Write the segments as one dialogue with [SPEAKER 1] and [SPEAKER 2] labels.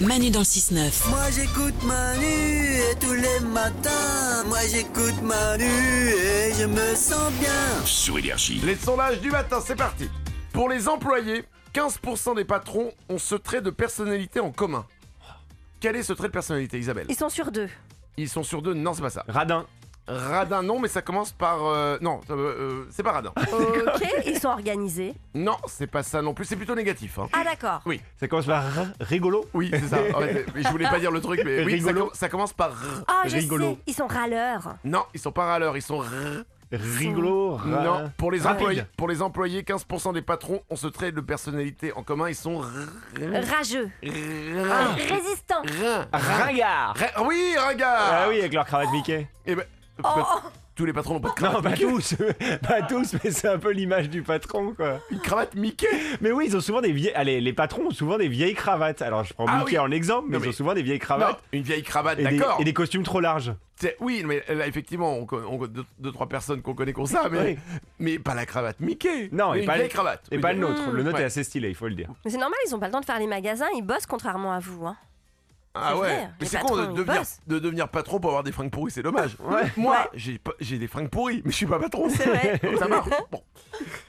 [SPEAKER 1] Manu dans le 6-9.
[SPEAKER 2] Moi j'écoute Manu et tous les matins. Moi j'écoute Manu et je me sens bien.
[SPEAKER 3] sur Énergie.
[SPEAKER 4] Les sondages du matin, c'est parti. Pour les employés, 15% des patrons ont ce trait de personnalité en commun. Quel est ce trait de personnalité, Isabelle
[SPEAKER 5] Ils sont sur deux.
[SPEAKER 4] Ils sont sur deux, non, c'est pas ça.
[SPEAKER 6] Radin.
[SPEAKER 4] Radin, non, mais ça commence par. euh, non, euh, euh, c'est pas radin.
[SPEAKER 5] Ok, ils sont organisés.
[SPEAKER 4] Non, c'est pas ça non plus, c'est plutôt négatif. hein.
[SPEAKER 5] Ah d'accord.
[SPEAKER 6] Ça commence par r- rigolo.
[SPEAKER 4] Oui, c'est ça. En fait, je voulais pas dire le truc, mais oui, ça,
[SPEAKER 6] Rigolo.
[SPEAKER 4] com- ça commence par. r.
[SPEAKER 5] Ah, je
[SPEAKER 6] Rigolo.
[SPEAKER 5] sais, ils sont râleurs.
[SPEAKER 4] Non, ils sont pas râleurs, ils sont. r.
[SPEAKER 6] Rigolo. ra-
[SPEAKER 4] Non, pour les,
[SPEAKER 6] Rapide.
[SPEAKER 4] employés, pour les employés, 15% des patrons ont ce trait de personnalité en commun, ils sont. r- r-
[SPEAKER 5] Rageux. Ah.
[SPEAKER 4] r-
[SPEAKER 5] Résistants.
[SPEAKER 4] r-
[SPEAKER 6] Ringard.
[SPEAKER 4] Ré- Oui,
[SPEAKER 6] Ah
[SPEAKER 4] regarde
[SPEAKER 6] oui, avec leur cravate Mickey.
[SPEAKER 4] Eh ben,
[SPEAKER 5] Oh.
[SPEAKER 4] peut- Tous les patrons n'ont pas de cravate,
[SPEAKER 6] Non, pas tous, pas tous, mais c'est un peu l'image du patron, quoi.
[SPEAKER 4] une cravate Mickey
[SPEAKER 6] Mais oui, ils ont souvent des vieilles. Allez, les patrons ont souvent des vieilles cravates. Alors, je prends
[SPEAKER 4] Ah
[SPEAKER 6] Mickey
[SPEAKER 4] oui.
[SPEAKER 6] en exemple, mais,
[SPEAKER 4] Non, mais-
[SPEAKER 6] ils ont souvent des vieilles
[SPEAKER 4] Non,
[SPEAKER 6] cravates
[SPEAKER 4] Une vieille cravate,
[SPEAKER 6] et, des,
[SPEAKER 4] d'accord
[SPEAKER 6] et des costumes trop larges.
[SPEAKER 4] C'est- Oui, mais là, effectivement, on, co- on- deux, deux, trois personnes qu'on connaît comme ça, Ah, mais,
[SPEAKER 6] Oui.
[SPEAKER 4] mais pas la cravate Mickey
[SPEAKER 6] Non,
[SPEAKER 4] mais
[SPEAKER 6] et
[SPEAKER 4] une
[SPEAKER 6] pas
[SPEAKER 4] vieille
[SPEAKER 6] le-
[SPEAKER 4] cravate
[SPEAKER 6] Et
[SPEAKER 4] Oui,
[SPEAKER 6] pas le
[SPEAKER 4] d'accord.
[SPEAKER 6] nôtre. Le nôtre
[SPEAKER 4] Ouais.
[SPEAKER 6] est assez stylé, il faut le dire.
[SPEAKER 5] Mais c'est normal, ils ont pas le temps de faire les magasins, ils bossent contrairement à vous. Hein.
[SPEAKER 4] Ah
[SPEAKER 5] C'est
[SPEAKER 4] ouais
[SPEAKER 5] vrai,
[SPEAKER 4] Mais
[SPEAKER 5] les
[SPEAKER 4] c'est con
[SPEAKER 5] patrons,
[SPEAKER 4] de
[SPEAKER 5] ils
[SPEAKER 4] devenir,
[SPEAKER 5] bossent.
[SPEAKER 4] de devenir patron pour avoir des fringues pourries, c'est dommage Moi,
[SPEAKER 5] Ouais.
[SPEAKER 4] j'ai pas- j'ai des fringues pourries, mais je suis pas patron
[SPEAKER 5] C'est vrai.
[SPEAKER 4] Ça marche Bon.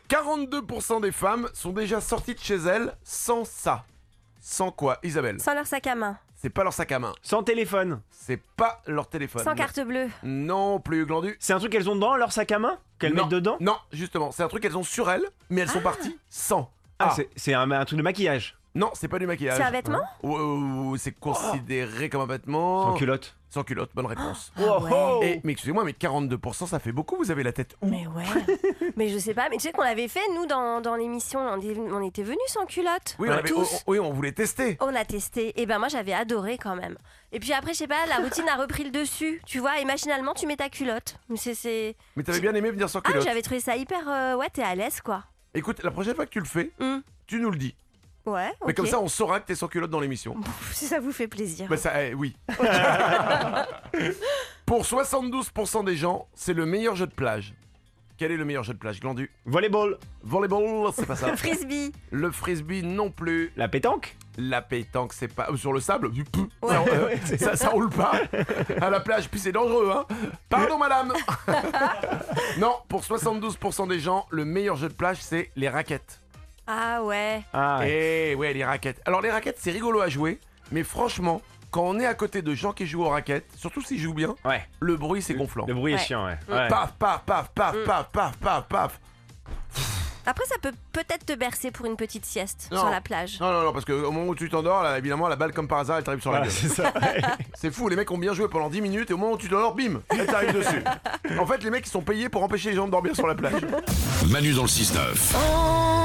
[SPEAKER 4] 42% des femmes sont déjà sorties de chez elles sans ça. Sans quoi, Isabelle
[SPEAKER 5] Sans leur sac à main,
[SPEAKER 4] C'est pas leur sac à main,
[SPEAKER 6] Sans téléphone.
[SPEAKER 4] c'est pas leur téléphone.
[SPEAKER 5] sans carte bleue.
[SPEAKER 4] Non plus, Glandu.
[SPEAKER 6] C'est un truc qu'elles ont dans leur sac à main Qu'elles
[SPEAKER 4] Non.
[SPEAKER 6] mettent dedans
[SPEAKER 4] Non, justement, c'est un truc qu'elles ont sur elles, mais elles sont parties sans.
[SPEAKER 6] Ah,
[SPEAKER 4] Ah.
[SPEAKER 6] c'est- c'est un, un truc de maquillage.
[SPEAKER 4] Non, c'est pas du maquillage.
[SPEAKER 5] C'est un vêtement
[SPEAKER 4] Ouais, ouais, ouais, C'est considéré comme un
[SPEAKER 6] Sans
[SPEAKER 4] vêtement.
[SPEAKER 6] culotte. Oh.
[SPEAKER 4] Sans culotte, bonne réponse.
[SPEAKER 5] Ah ouais.
[SPEAKER 4] Oh. Et, mais excusez-moi, mais 42%, ça fait beaucoup, vous avez la tête où
[SPEAKER 5] Mais ouais. mais je sais pas, mais tu sais qu'on l'avait fait, nous, dans, dans l'émission, on, est- on était venus sans culotte.
[SPEAKER 4] Oui, on,
[SPEAKER 5] on
[SPEAKER 4] avait-
[SPEAKER 5] tous.
[SPEAKER 4] oh, oui, on voulait tester.
[SPEAKER 5] On a testé, et ben moi j'avais adoré quand même. Et puis après, je sais pas, la routine a repris le dessus, tu vois, et machinalement tu mets ta culotte. Mais c'est- c'est.
[SPEAKER 4] Mais t'avais bien aimé venir sans
[SPEAKER 5] Ah,
[SPEAKER 4] culotte.
[SPEAKER 5] j'avais trouvé ça hyper. euh, ouais, t'es à l'aise quoi.
[SPEAKER 4] Écoute, la prochaine fois que tu le fais,
[SPEAKER 5] Hum.
[SPEAKER 4] tu nous le dis.
[SPEAKER 5] Ouais,
[SPEAKER 4] Mais
[SPEAKER 5] ok.
[SPEAKER 4] comme ça, on saura que t'es sans culotte dans l'émission.
[SPEAKER 5] Pff, si ça vous fait plaisir.
[SPEAKER 4] Bah ça, eh, oui. Pour 72% des gens, c'est le meilleur jeu de plage. Quel est le meilleur jeu de plage, Glandu
[SPEAKER 6] Volleyball.
[SPEAKER 4] Volleyball, c'est pas ça.
[SPEAKER 5] Frisbee.
[SPEAKER 4] Le frisbee non plus.
[SPEAKER 6] La pétanque.
[SPEAKER 4] La pétanque, c'est pas. euh, Sur le sable, du pou,
[SPEAKER 5] Ouais.
[SPEAKER 4] ça, euh,
[SPEAKER 6] Ouais, c'est-
[SPEAKER 4] ça, ça roule pas. À la plage, puis c'est dangereux, hein. Pardon, madame. non, pour 72% des gens, le meilleur jeu de plage, c'est les raquettes.
[SPEAKER 5] Ah ouais.
[SPEAKER 6] Ah, ouais.
[SPEAKER 4] Eh ouais, les raquettes. Alors, les raquettes, c'est rigolo à jouer, mais franchement, quand on est à côté de gens qui jouent aux raquettes, surtout s'ils jouent bien,
[SPEAKER 6] Ouais.
[SPEAKER 4] le bruit, c'est gonflant.
[SPEAKER 6] Le bruit est
[SPEAKER 5] Ouais.
[SPEAKER 6] chiant, ouais. Ouais.
[SPEAKER 4] Paf, paf, paf, paf, paf, paf, paf, paf.
[SPEAKER 5] Après, ça peut peut-être te bercer pour une petite sieste
[SPEAKER 4] Non.
[SPEAKER 5] sur la plage.
[SPEAKER 4] Non, non, non, parce qu'au moment où tu t'endors, là, évidemment, la balle, comme par hasard, elle t'arrive sur la
[SPEAKER 6] Voilà,
[SPEAKER 4] gueule.
[SPEAKER 6] c'est ça.
[SPEAKER 4] C'est fou, les mecs ont bien joué pendant 10 minutes et au moment où tu dors, bim, elle t'arrive dessus. En fait, les mecs, ils sont payés pour empêcher les gens de dormir sur la plage.
[SPEAKER 3] Manu dans le 6-9.
[SPEAKER 1] On